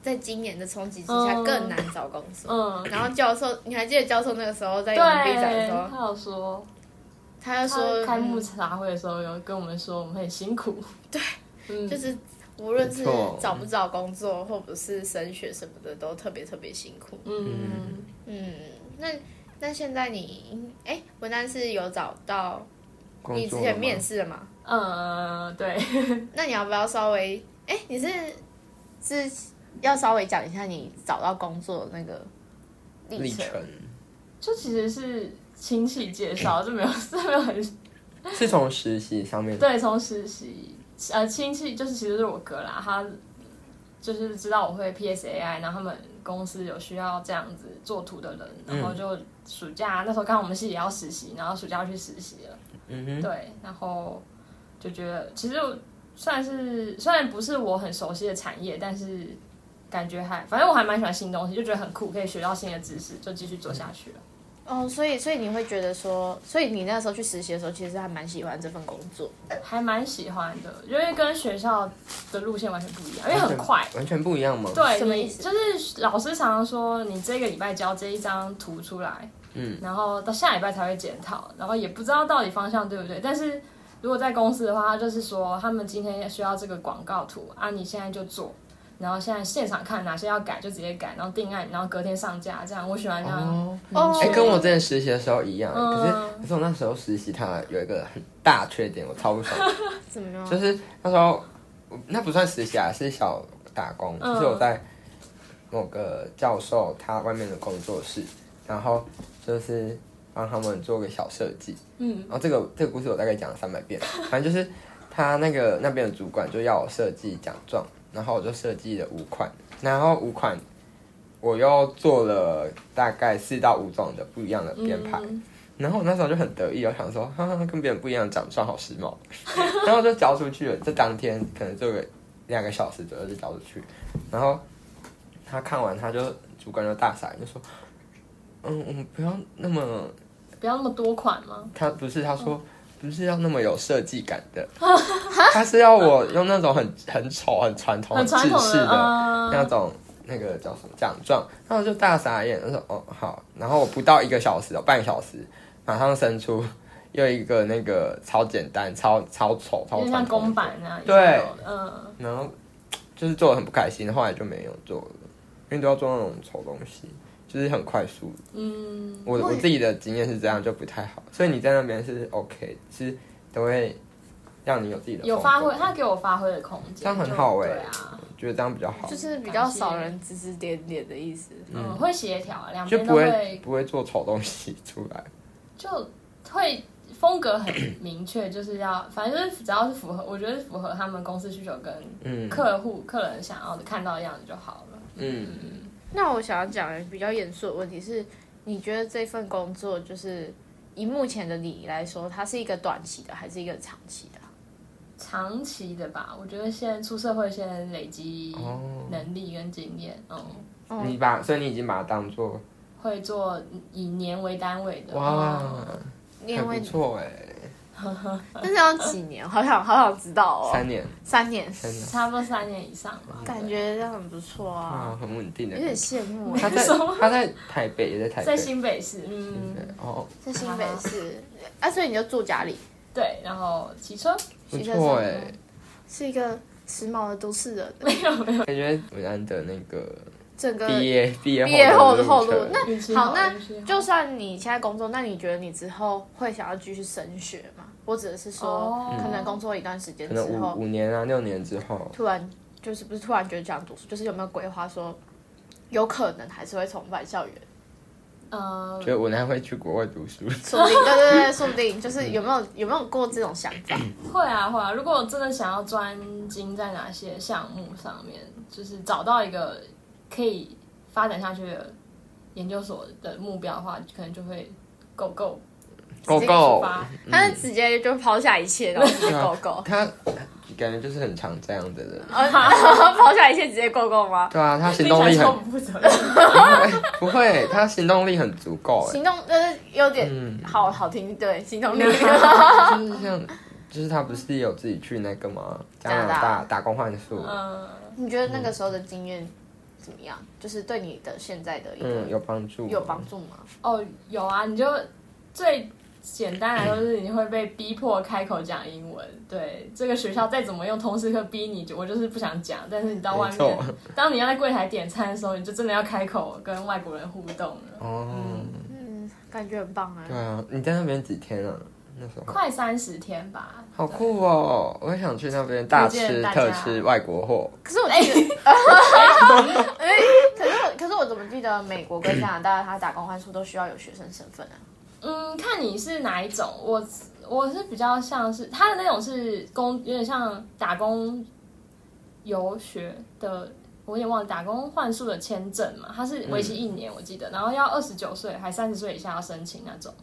A: 在今年的冲击之下
D: 嗯
A: 更难找工作。
D: 嗯，
A: 然后教授，你还记得教授那个时候在
D: 对，
A: 永毕展的时候，
D: 他有说，
A: 他就
D: 他
A: 说，
D: 开幕
A: 嗯
D: 茶会的时候有跟我们说，我们很辛苦。对，嗯，
A: 就是无论是
C: 没错
A: 找不找工作，或者是升学什么的，都特别特别辛苦。
D: 嗯，
A: 嗯，那那现在你哎，文丹是有找到
C: 工
A: 你之
C: 作
A: 前面
C: 试
A: 试了吗？
D: 呃，对，
A: 那你要不要稍微哎，你是是要稍微讲一下你找到工作的那个历
C: 历
A: 程？
C: 程
D: 就其实是亲戚介绍，就没有， 这没有很
C: 是从实习上面，
D: 对，从实习，呃，亲戚就是其实是我哥啦，他就是知道我会 PSAI，然后他们公司有需要这样子做图的人，然后就暑假、那时候刚好我们系也要实习，然后暑假要去实习了。
C: 嗯哼，
D: 对，然后就觉得其实算是虽然不是我很熟悉的产业，但是感觉还反正我还蛮喜欢新东西，就觉得很酷，可以学到新的知识，就继续做下去了。
A: 哦，所以所以你会觉得说，所以你那时候去实习的时候，其实还蛮喜欢这份工作。
D: 还蛮喜欢的，因为跟学校的路线完全不一样，因为很快。
C: 完全不一样吗？
D: 对，
A: 什么
D: 你
A: 意思
D: 就是老师常常说，你这个礼拜交这一张图出来，
C: 嗯，
D: 然后到下礼拜才会检讨，然后也不知道到底方向对不对。但是如果在公司的话，他就是说他们今天需要这个广告图啊，你现在就做，然后现在现场看哪些要改就直接改，然后定案，然后隔天上架，这样我喜欢这样。
C: 哦，
A: 哦
C: 哎、跟我之前实习的时候一样，
D: 嗯
C: 可是可是我那时候实习，它有一个很大缺点，我超不爽，
A: 怎么样？
C: 就是那时候那不算实习啊，是小打工，
D: 嗯
C: 就是我在某个教授他外面的工作室，然后就是帮他们做个小设计，
D: 嗯
C: 然后这个这个故事我大概讲了三百遍，反正就是他那个那边的主管就要我设计奖状，然后我就设计了五款，然后五款我又做了大概四到五种的不一样的编排，
D: 嗯
C: 然后我那时候就很得意，我想说，哈哈，跟别人不一样的奖状好时髦，然后我就交出去了，这当天可能做个两个小时左右就交出去，然后他看完他就主管就大傻眼，就说，嗯，我们不要那么。
D: 不要那么多款吗？
C: 他不是他
D: 嗯
C: 说不是要那么有设计感 的，他是要我用那种很很丑、很传统、
D: 很
C: 很
D: 传
C: 哦制
D: 统
C: 式
D: 的
C: 的
D: 啊，
C: 那种那个叫什么奖状，然后我就大傻眼，我说哦好，然后我不到一个小时哦，半小时马上生出又一个那个超简单、超超丑、
D: 有
C: 超
D: 点
C: 传
D: 像公
C: 统的，
D: 版那啊样。
C: 对
D: 嗯。
C: 然后就是做的很不开心，后来就没有做了，因为都要做那种丑东西。就是很快速，
D: 嗯，
C: 我我自己的经验是这样，就不太好。所以你在那边是 OK，是都会让你有自己的
D: 有
C: 风
D: 发
C: 格
D: 挥，他给我发挥的空间，
C: 这样很好
D: 哎、
C: 欸
D: 对啊，
C: 觉得这样比较好，
A: 就是比较少人指指点点的意思。
D: 嗯，会协调啊，两
C: 就
D: 边
C: 不
D: 都
C: 会
D: 会，
C: 不会做丑东西出来。
D: 就会风格很明确， 就是要，反正就是只要是符合，我觉得是符合他们公司需求跟
C: 嗯，
D: 客户、客人想要的看到的样子就好了。
C: 嗯，
A: 那我想要讲比较严肃的问题是，你觉得这份工作就是以目前的你来说，它是一个短期的还是一个长期的啊？
D: 长期的吧，我觉得先出社会，先累积
C: 哦
D: 能力跟经验，嗯，
A: 哦
C: 你把所以你已经把它当做
D: 会做以年为单位的，
C: 哇，
A: 因
C: 还
A: 为
C: 不错哎，
A: 但是要几年？好想好想知道哦。
C: 三年
A: 三年，
C: 三年
D: 嗯差不多三年以上吧。
A: 感觉这样很不错
C: 啊，
A: 啊，
C: 很稳定的
A: 有。点羡慕
C: 嗯他
A: 哎。
C: 在他在台北也在台
D: 在
C: 北，
D: 新北市，嗯，
C: 对哦，
A: 在新北市，啊，所以你就住家里，
D: 对，然后骑车，
C: 不
A: 骑车
C: 错
A: 上
C: 哎，
A: 是一个时髦的都市人，
C: 感觉文安的那个
A: 整个
C: 毕业毕业
A: 呃毕业后
C: 的
A: 的后路
C: 程
A: 那
D: 运气
A: 好，那
D: 运气好
A: 就算你现在工作，那你觉得你之后会想要继续升学吗？我指的是说
D: 哦，
A: 可能工作一段时间
C: 可
A: 之
C: 能五
A: 后，
C: 五年啊六年之后，
A: 突然就是不是突然觉得想读书，就是有没有规划说，有可能还是会重返校园？
D: 呃，
C: 觉得文安会去国外读 书。
A: 说 不定，对对对，说不定就是有没有有没有过这种想法？
D: 会啊会啊，如果我真的想要专精在哪些项目上面，就是找到一个可以发展下去的研究所的目标的话，可能就会够够直
C: Go
D: 接
C: go！，
D: 出发
A: 他是直接就抛下一切，然后直接狗狗
C: 啊他感觉就是很常这样的人。
A: 啊抛下一切直接狗狗吗？
C: 对啊，他 行动
D: 听
C: 力
D: 起来超
C: 很
D: 不负责任。
C: 不会， 他行动力很足够哎，
A: 行动呃有点
C: 嗯
A: 好好听，对，行 动力。
C: 就是像，就是他不是有自己去那个吗？加
A: 拿大
C: 拿大打工换宿，
D: 嗯，
A: 你觉得那个时候的经验怎么样？就是对你的现在的一
C: 嗯，
A: 个
C: 有帮助，
A: 有帮。助吗？
D: 哦，有啊，你就最简单来说是你会被逼迫开口讲英文。对，这个学校再怎么用通识课逼你，我就是不想讲。但是你到外
C: 没错
D: 面，当你要在柜台点餐的时候，你就真的要开口跟外国人互动了。
C: 哦，
A: 嗯，感觉很棒
C: 对
A: 啊。
C: 啊，你在那边几天啊？那时候
D: 快三十天吧，
C: 好酷哦！我也想去那边大
D: 推荐
C: 吃
D: 大家
C: 特吃外国货。
A: 可是我记得， 哎，可是我可是我怎么记得美国跟加拿大他打工换宿都需要有学生身份啊？
D: 嗯，看你是哪一种，我我是比较像是他的那种是工，有点像打工游学的，我有点忘了打工换宿的签证嘛，它是为期一年，我记得，然后要二十九岁还三十岁以下要申请那种。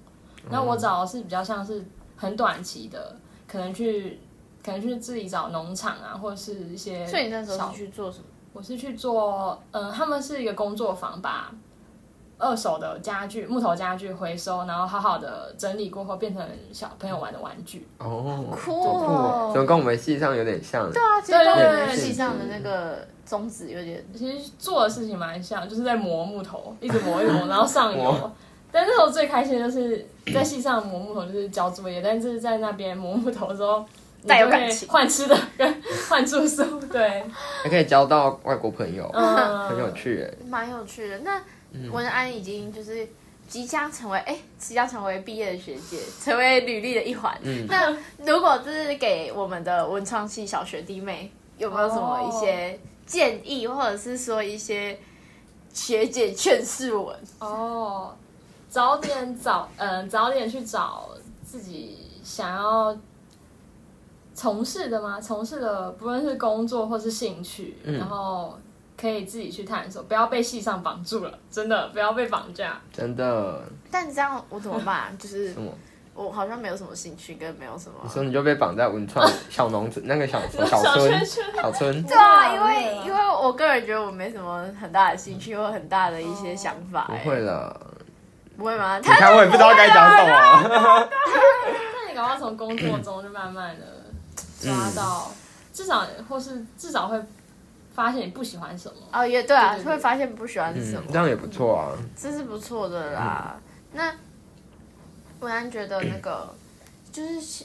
D: 那我找的是比较像是很短期的，可能去可能去自己找农场啊，或者是一些。
A: 所以你那时候是去做什么？
D: 我是去做，嗯、他们是一个工作坊，把二手的家具、木头家具回收，然后好好的整理过后，变成小朋友玩的玩具。
C: 哦，
A: 酷
C: 好酷哦
A: 哦
C: 怎么跟我们系上有点像？对啊，
A: 对对
D: 对对
A: 对，系
C: 是
A: 上的那个宗旨有点
D: 其实做的事情蛮像，就是在磨木头，一直磨一直磨，然后上油。但那时候最开心的就是在戏上磨木头，就是交作业，但是在那边磨木头的时候，你
A: 带有
D: 就
A: 感
D: 会
A: 情
D: 换吃的跟 换住宿，对，
C: 还可以交到外国朋友，
D: 嗯，
C: 很有。趣哎。
A: 蛮有趣的。那
C: 嗯
A: 文安已经就是即将成为哎、即将成为毕业的学姐，成为履历的一环。
C: 嗯
A: 那如果就是给我们的文创系小学弟妹，有没有什么一些建议，或者是说一些学姐劝世文？
D: 哦，早点早，嗯、早点去找自己想要从事的吗？从事的不论是工作或是兴趣，然后可以自己去探索，不要被戏上绑住了，真的不要被绑架。
C: 真的，
A: 但这样我怎么办？就是
C: 什么
A: 我好像没有什么兴趣，跟没有什么
C: 你。说你就被绑在文创小农村那个小 小
D: 小
C: 村
D: 圈圈
C: 小村，
A: 对 啊，因
D: 对
A: 为
D: 啊
A: 因为我个人觉得我没什么很大的兴趣或很大的一些想法、
C: 不
A: 哎
C: 会了。
A: 不会吗？
C: 你
A: 他
C: 看我也不知道该讲什么。
D: 那你搞不好从工作中就慢慢的抓到，至少或是至少会发现你不喜欢什么。
A: 哦，也对啊
D: 对对，对
A: 会发现不喜欢是什么，，
C: 嗯这样也不错啊。
A: 这是不错的啦。那文安觉得那个 就是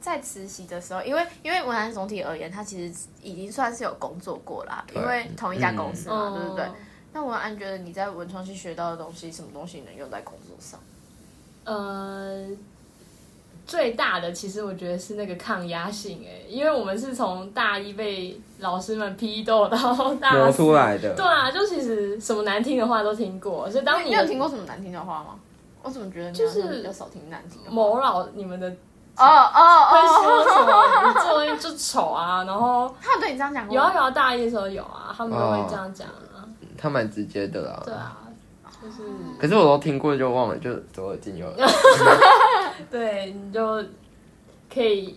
A: 在实习的时候，因为因为文安总体而言，他其实已经算是有工作过啦，因为同一家公司
D: 嗯
A: 嘛，啊对不对？那文安觉得你在文创系学到的东西，什么东西能用在工作上？
D: 呃，最大的其实我觉得是那个抗压性、欸，因为我们是从大一被老师们批斗到大
C: 磨
D: 四
C: 出。来的。
D: 对啊，就其实什么难听的话都听过，所以当
A: 你
D: 你
A: 有听过什么难听的话吗？我怎么觉得你好像
D: 就是
A: 比较少听难听的话？
D: 某老你们的
A: 哦哦
D: 会
A: 哦，
D: 说什么，你做东西就丑啊，然后
A: 他对你这样讲过
D: 有
A: 吗？
D: 啊有啊，大一的时候有啊，他们都会这样讲啊，
C: 他蛮直接的啦。
D: 对。啊，就是
C: 可是我都听过就忘了，就左耳进右耳。
D: 对，你就可以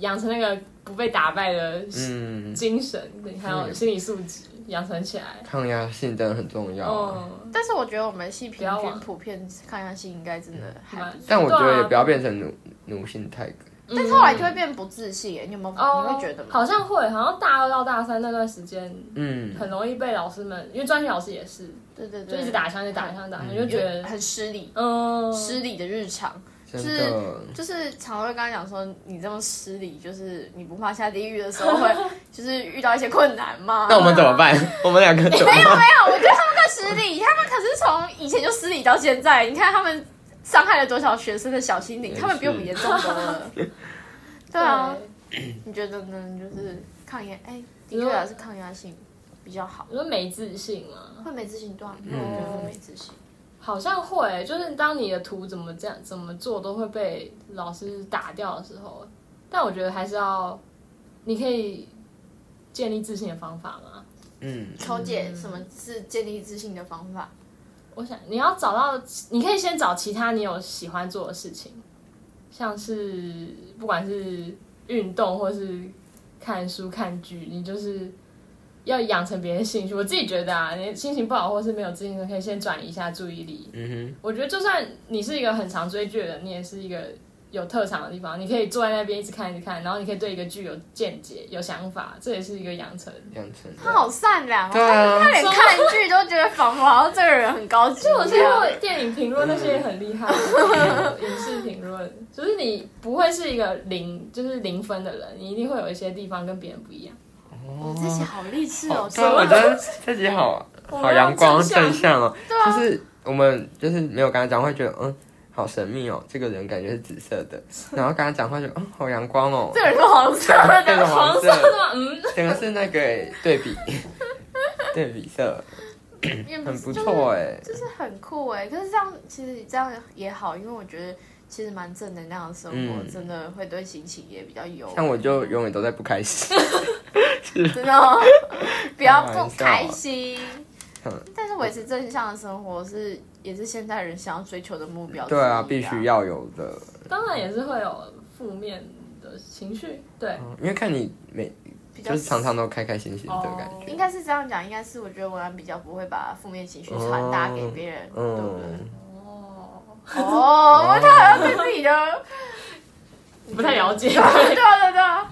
D: 养成那个不被打败的
C: 嗯，
D: 精神，对，还有心理素质养成起来。
C: 抗压性真的很重要啊。
D: 嗯，
A: 但是我觉得我们系
D: 不
A: 平
D: 要啊嗯
A: 均
D: 往
A: 普遍抗压性应该真的还
D: 啊
A: 不错。
C: 但我觉得也不要
D: 被，
C: 变成奴奴性太。
D: 但
A: 后来就会变不自信耶，你有没有？你会觉得吗？
D: 哦好像会，好像大二到大三那段时间，
C: 嗯，
D: 很容易被老师们，因为专业老师也是，
A: 对对对，嗯
D: 就一直打枪，一直打枪，打枪，就觉得
A: 很失礼，
D: 嗯，
A: 失礼的日常，
C: 真
A: 是
C: 的。
A: 就是常会跟他讲说，你这么失礼，就是你不怕下地狱的时候 会，就是遇到一些困难吗？
C: 那我们怎么办？我们两个怎么
A: 没有
C: 办？
A: 没有，我觉得他们更失礼，他们可是从以前就失礼到现在，你看他们伤害了多少学生的小心灵，
C: 也
A: 他们比我们
C: 是
A: 严重多 了。对
D: 对
A: 啊，你觉得呢？就是抗压，哎、的确还是抗压性比较好。
D: 我说没自信嘛，
A: 会没自信，对啊，
C: 嗯
A: 那我觉得会没自信。
D: 好像会，就是当你的图怎么这样怎么做都会被老师打掉的时候，但我觉得还是要，你可以建立自信的方法嘛。
C: 嗯，
A: 求姐，什么是建立自信的方法？
D: 我想你要找到，你可以先找其他你有喜欢做的事情，像是不管是运动或是看书、看剧，你就是要养成别人兴趣。我自己觉得啊，你心情不好或是没有自信的时候，可以先转移一下注意力。
C: 嗯
D: 我觉得就算你是一个很常追剧的人，你也是一个有特长的地方，你可以坐在那边一直看一直看，然后你可以对一个剧有见解、有想法，这也是一个养成。
C: 哼，养成。
A: 他好善良哦，
C: 对啊
A: 他他连看剧都觉得仿佛好像这个人很高级一
D: 我
A: 样。
D: 听过哦电影评论那些也很厉 害，影视评论，就是你不会是一个零，就是零分的人，你一定会有一些地方跟别人不一样。
A: 我自己好励志哦，
C: 对啊，我觉得自己好
D: 我
C: 好
D: 们要
C: 阳光
D: 正向
C: 正向哦，
A: 对啊
C: 就是我们就是没有跟他讲话，会觉得嗯好神秘哦，这个人感觉是紫色 的，然后跟他讲话就嗯好阳光哦，
A: 这个人是黄色
C: 这
A: 的
C: 个。黄
D: 黄色
C: 色，
D: 的，嗯，
C: 整个是那个欸对 比对比色，
A: 因为
C: 很不
A: 就是
C: 错哎，
A: 就是很酷哎、可是这样其实这样也好，因为我觉得其实蛮正能量的生活，
C: 嗯
A: 真的会对心情也比较有。
C: 像我就永远都在不开 心，
A: 真的 哦、比较不
C: 开玩
A: 开
C: 笑
A: 心
C: 嗯。
A: 但是维持正向的生活是也是现
C: 啊
A: 代人想要追求的目标之一。啊
C: 对啊，必须要有的，
D: 当然也是会有负面的情绪。对，
C: 嗯因为看你每
A: 比较
C: 就是常常都开开心心的感
D: 哦
C: 觉，
A: 应该是这样讲，应该是我觉得文案比较不会把负面情绪传达给别人，对不对？
C: 嗯，
D: 哦，
A: 哦，他好像对自己的，
D: 不太了解。
A: 对啊哦对啊对啊，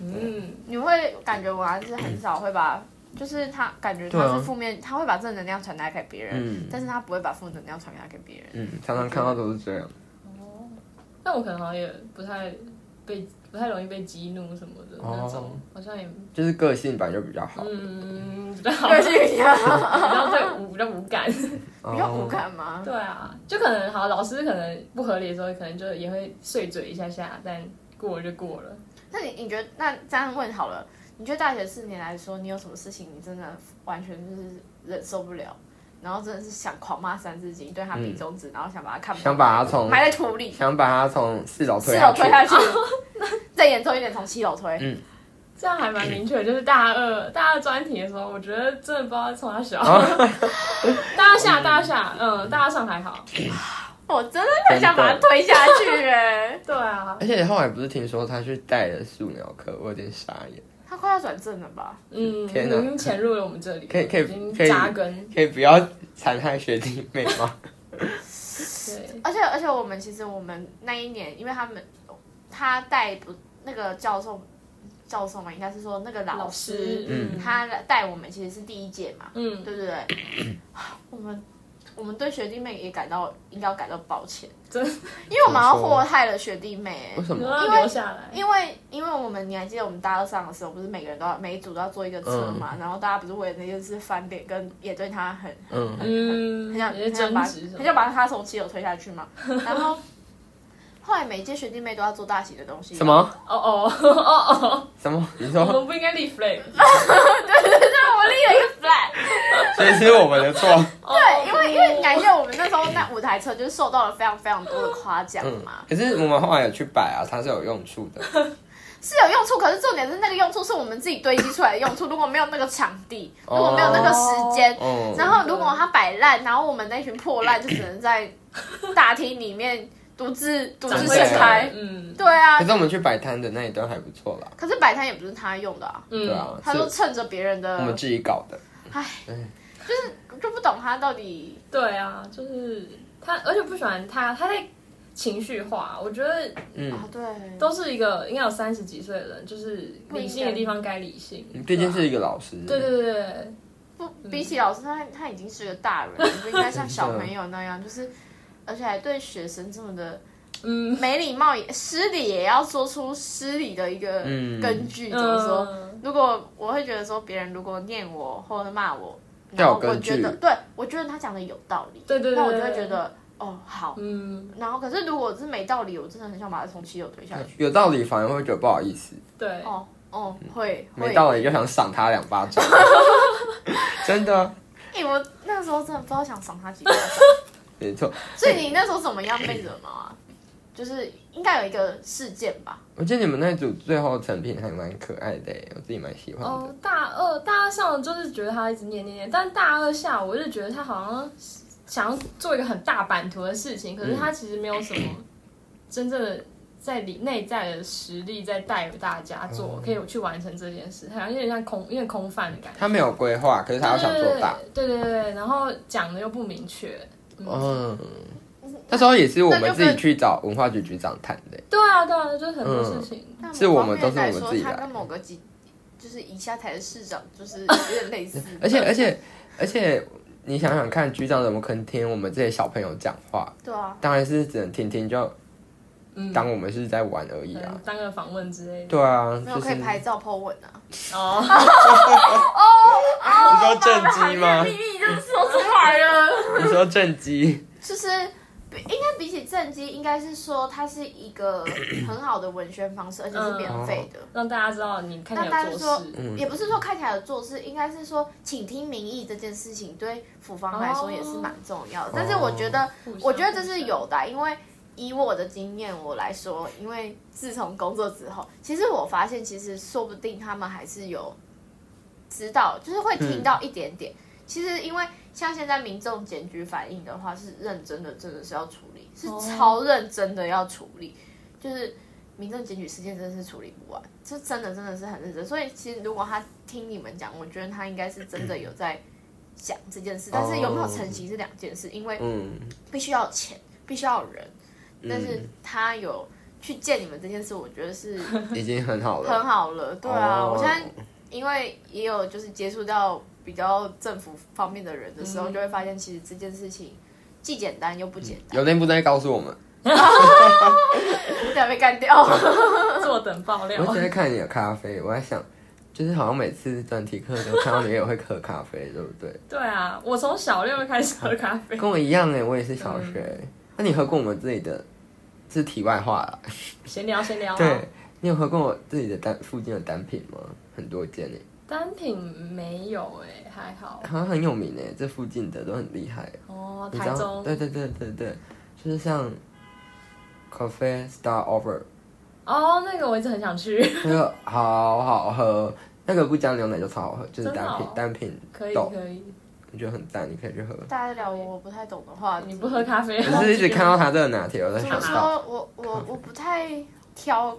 D: 嗯，
A: 你会感觉文案是很少会把，就是他感觉
C: 对
A: 他
C: 啊
A: 是负面，他会把正能量传达给别人
C: 嗯，
A: 但是他不会把负能量传达给 别人。
C: 嗯，常常看到都是这样，
D: 但我可能好像也不太被不太容易被激怒什么的那种，
C: 哦
D: 好像也
C: 就是个性本来就比较好，
D: 嗯比较 好
A: 个性比较
D: 比较对无比较无感。
A: 比
C: 哦
A: 较无感吗？
D: 对啊，就可能好老师可能不合理的时候，可能就也会碎嘴一下下，但过了就过了。
A: 那你你觉得那这样问好了，你觉得大学四年来说，你有什么事情你真的完全就是忍受不了，然后真的是想狂骂三字经，对他比中指，然嗯后想把他看
C: 哦，想把它从
A: 埋在土里，
C: 想把它从四楼
A: 四
C: 推
A: 楼
C: 下
A: 嗯
C: 去
A: 推，下去，嗯再严重一点从七楼推。
D: 这样还蛮明确，就是大二大二专题的时候，我觉得真的不知道从哪小。大二下，大二下，嗯，大二上还好。
A: 我真的很想把它推下 去哎，
D: 对啊，
C: 而且后来不是听说他去带了素描课，我有点傻眼，
A: 他快要转正了吧？
D: 嗯，已
C: 天哪
D: 经潜入了我们这里，
C: 可以可以
D: 已经
C: 可以
D: 扎根。
C: 可以不要残害学弟妹吗？
D: 对，
A: 而且而且我们其实我们那一年，因为他们他带不那个教授教授嘛，应该是说那个老
D: 老师，嗯，
A: 他带我们其实是第一届嘛，
D: 嗯，
A: 对不对？我们我们对学弟妹也感到应该要感到抱歉，
D: 真的
A: 因为我们要祸害了学弟妹、欸
C: 为 什
D: 你
C: 么
D: 都？要留下来，
A: 因为因为我们你还记得我们大二上的时候，不是每个人都要每一组都要做一个
C: 嗯
A: 车嘛，然后大家不是为了那件事翻脸，跟也对他很
C: 嗯，
D: 嗯，
A: 很想
D: 也
A: 很
D: 是
A: 想把
D: 争执什
A: 很
D: 么，
A: 想把他从七楼推下去 嘛，然后。后来每一届学弟妹都要做大型的东西，
C: 什？么
D: 哦哦哦哦，
C: 什么？你
D: 我
C: 说，
D: 们不应该立 flag，
A: 我立了一 个 flag，
C: 所以是我们的错，
A: 对，因为因为你还记得我们那时候那舞台车就是受到了非常非常多的夸奖
C: 嗯
A: 嘛，，
C: 可是我们后来有去摆啊，它是有用处的，
A: 是有用处，可是重点是那个用处是我们自己堆积出来的用处。如果没有那个场地，如果没有那个时间，
C: 嗯，
A: 然后如果它摆烂，然后我们那群破烂就只能在大厅里面独自独自
D: 长
A: 盛
C: 会展
A: 开。
D: 嗯
A: 对啊
C: 可，是我们去摆摊的那一段还不错啦，
A: 可是摆摊也不是他用的啊，
C: 对
D: 嗯，
C: 啊，
A: 他说啊
C: 是
A: 趁着别人
C: 我们
A: 的，
C: 自己搞的，
A: 就不懂他到底
D: 对啊，就是他，而且不喜欢他，他在情绪化，我觉得
A: 啊
C: 嗯，，
A: 对，
D: 都是一个应该有三十几岁的人，就是理性的地方该理性，
C: 毕竟是一个老师，
D: 对啊对对对，
A: 不
D: 嗯
A: 比起老师，他他已经是个大人 了，不应该像小朋友那样，就是而且还对学生这么的
D: 嗯，
A: 没礼貌也失礼也要说出失礼的一个
C: 嗯
A: 根据，怎么说？
D: 嗯，
A: 如果我会觉得说，别人如果念我或者骂我，
C: 要
A: 然
C: 有
A: 后我
C: 根
A: 觉
C: 据
A: 得，对我觉得他讲的有道理，
D: 对对对，
A: 那我就会觉，得哦好。
D: 嗯，
A: 然后可是如果是没道理，我真的很想把他从七楼推下去。
C: 有道理反而会觉得不好意思，
D: 对，
A: 哦哦，会会
C: 没道理就想赏他两巴 掌，真的，啊
A: 哎，我那时候真的不知道想赏他几巴掌。
C: 没错，
A: 所以你那时候怎么样被惹毛啊？就是应该有一个事件吧？
C: 我记得你们那组最后成品还蛮可爱的耶，我自己蛮喜欢的
D: 哦，，大二大二上就是觉得他一直念念念，但大二下我就觉得他好像想要做一个很大版图的事情，可是他其实没有什么真正的在里内在的实力在带着大家做，可以去完成这件事，好像有点像空，有点空泛的感觉。
C: 他没有规划，可是他要想做大，
D: 对对对对，然后讲的又不明确。
C: 嗯。那时候也是我
A: 那
C: 们
A: 就
C: 自
A: 跟
C: 己去找文化局局长谈的耶，
D: 对啊对啊，就是很多事情。
A: 但
C: 是
A: 某
C: 我
A: 方
C: 们
A: 面
C: 都是我
A: 来
C: 们
A: 说，
C: 自己
A: 他
C: 来
A: 跟某个级，就是以下台的市长，就是有点类似
C: 。而且而且而且，你想想看，局长怎么可能听我们这些小朋友讲话？
A: 对啊，
C: 当然是只能听听，就
D: 嗯，
C: 当我们是在玩而已
D: 可能
C: 啊。
D: 当个访问之类的。
C: 对啊，
A: 嗯没有
C: 就
A: 可
C: 是
A: 以拍照 po 文啊。
D: 哦，
C: 你
A: 哦
C: 说正机吗？
A: 密就是说出来了。
C: 你说正机？
A: 就是比应该比起正畸，应该是说它是一个很好的文宣方式，而且是免费
C: 哦
A: 的。
D: 让大家知道你看起
A: 那大
D: 来
A: 家就
D: 有做
A: 说
D: 事。
C: 嗯
A: 也不是说看起来有做事，应该是说请听民意这件事情对府方来说也是蛮重要的。但是我觉得，
D: 互相
A: 我觉得这是 有的啊、因为以我的经验我来说，因为自从工作之后，其实我发现，其实说不定他们还是有知道，就是会听到一点点。其实因为像现在民众检举反映的话，是认真的，真的是要处理，是
D: 哦
A: 超认真的要处理，就是。民政检举事件真的是处理不完，这真的真的是很认真。所以其实如果他听你们讲，我觉得他应该是真的有在想这件事，但是有没有成型是两件事，因为
C: 嗯，
A: 必须要有钱，必须要有人，但是
C: 嗯
A: 他有去见你们这件事，我觉得是
C: 已经很好了，
A: 很好了。对啊，
C: 哦
A: 我现在因为也有就是接触到比较政府方面的人的时候，
D: 嗯
A: 就会发现其实这件事情既简单又不简单，
C: 有内部在告诉我们。
A: 不然被干掉。
D: 坐等爆料
C: 我一直在看你的咖啡，我在想，就是好像每次专题课都看到你也会喝咖啡， 对不对？
D: 对啊，我从小六就开始喝咖啡，
C: 跟我一样哎、我也是小
D: 嗯
C: 学、欸那、你喝过我们自己的？是题外话啦。
D: 闲聊闲聊啊。
C: 对，你有喝过我自己的单附近的单品吗？很多间哎、
D: 单品没有哎、还好。
C: 好像很有名哎、这附近的都很厉害、
D: 哦，
C: 你知
D: 台
C: 道？
D: 中
C: 对对对对对，就是像 Coffee Star Over，
D: 哦，那个我一直很想去，
C: 那个好好喝，那个不加牛奶就超好喝，就是
D: 真的
C: 单品、
D: 哦
C: 单品
D: 可以
C: 豆
D: 可以。
C: 我觉得很赞，你可以去喝。
A: 大家聊我不太懂的话，
D: 你不喝咖啡？
C: 我是一直看到他这个拿铁，我在
A: 怎
C: 想
A: 么
C: 到，
A: 说？我我我不太挑，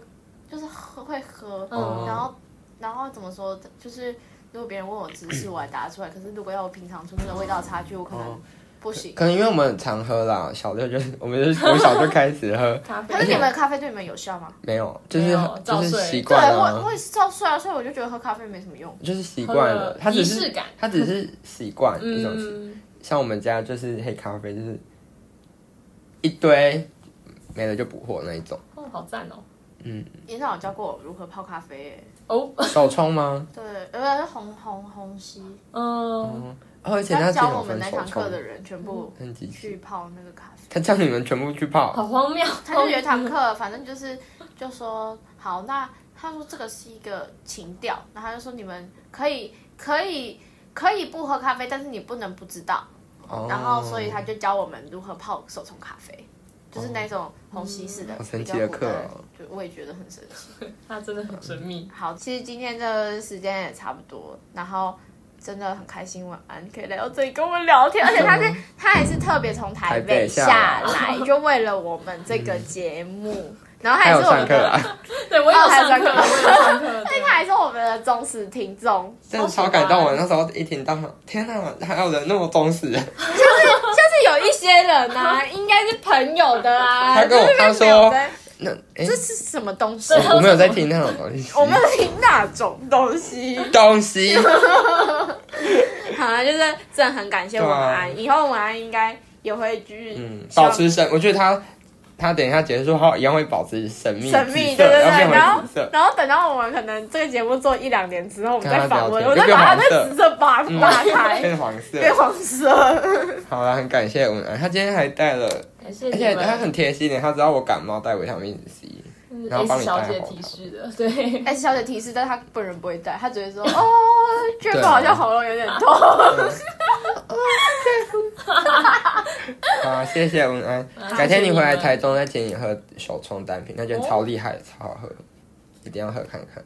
A: 就是喝会喝，
D: 嗯，
A: 然后然后怎么说？就是如果别人问我知识，我还答出来。可是如果要我平常出现的味道差距，我可
C: 哦
A: 能不行。
C: 可能因为我们很常喝啦，小六就是我们就是从小就开始喝
D: 咖啡
A: 可是你们的咖啡对你们有效吗？
C: 没有，就是
D: 没有
C: 就
D: 照
C: 是
D: 睡
C: 习
A: 对，
C: 惯
A: 我我
C: 了，
A: 也是照睡啊，所以我就觉得喝咖啡没什么用。
C: 就是习惯
D: 喝
C: 了
D: 了，
C: 他只
D: 仪式
C: 是
D: 感
C: 他只是习惯一种习，
D: 嗯，
C: 像我们家就是黑咖啡，就是一堆没了就补货那一种，
D: 哦，好赞哦。
A: 你上有教过我如何泡咖啡耶、
D: 哦，
C: 手 冲吗？
A: 对，呃，红红红西，
D: 嗯，
C: 哦而且
A: 他
C: 他只
A: 教
C: 有
A: 我们
C: 分
A: 那
C: 手嗯
A: 堂课的
C: 冲，
A: 人全部
C: 很极致，
A: 去泡那个咖啡。
C: 他叫你们全部去泡，
D: 好荒谬。
A: 他就有一堂课，反正就是就说好，那他说这个是一个情调，然后他就说你们可以可以可以不喝咖啡，但是你不能不知道。
C: 哦
A: 然后所以他就教我们如何泡手冲咖啡，就是那种虹吸式的，
C: 哦好神
A: 比较
C: 奇的
A: 古
C: 课
A: 代
C: 哦
A: 就我也觉得很神奇。
D: 他真的很神秘。
A: 好，其实今天的时间也差不多，然后。真的很开心，晚安，可以来到这里跟我们聊天，而且他是他还是特别从台
C: 嗯台
A: 北
C: 北下嗯
A: 下来，就为了我们这个节目，然后他
C: 还
A: 也
C: 有
A: 是我们
C: 上课啊
A: 的
C: 啦，
D: 对我有
A: 哦还有
D: 上课，
A: 上课
D: 我有上课。对
A: 他还是我们的忠实听众，
C: 真的超感动！我那时候一听到，天哪，还有人那么忠实。
A: 就是有一些人啊，应该是朋友的啊。
C: 他跟我
A: 就是
C: 他
A: 没有
C: 说
A: 在
C: 那哎、
A: 这是什么东西？
C: 我我没有在听那种东西，
A: 我们听哪种东西？
C: 东西，
A: 好啊，就是真的很感谢文安，以后文安应该也会继续
C: 啊嗯，
A: 希望
C: 保持神，我觉得他他等一下结束后一样会保持神秘
A: 神
C: 紫
A: 秘，对对
C: 色
A: 对
C: 然后，变
A: 然后
C: 回紫色。
A: 然后等到我们可能这个节目做一两年之后，我们再访问，我
C: 跟他
A: 再
C: 聊天
A: 把他
C: 就
A: 的紫
C: 变哦黄色
A: 色扒
C: 嗯
A: 扒开，
C: 变黄色，
A: 变黄 色。
C: 好了，很感谢我们，他今天还带了，
D: 感谢
C: 而
D: 你
C: 且
D: 们，
C: 他很贴心的，他知道我感冒带维他命 C，
D: 嗯
C: 然后帮
D: S
C: 你
D: 小
C: 戴
D: 姐
C: 好
D: 提示的，对。
A: S 哎小姐提示，但她本人不会带，她只会说哦，
C: 啊
A: 觉得好像喉咙有点痛。
C: 好，谢谢文安，改天你回来台中再请你喝手冲单品，那觉得超厉害，超好喝，一定要喝看看，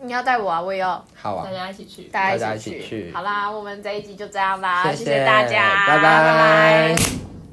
A: 你要带我啊，我也要。
C: 好啊
D: 大，家一起去。
A: 大
C: 大
A: 家
C: 家
A: 一起
C: 一起去
A: 好啦，我们这一集就这样啦，
C: 谢
A: 谢大家，
C: 拜
A: 拜拜
C: 拜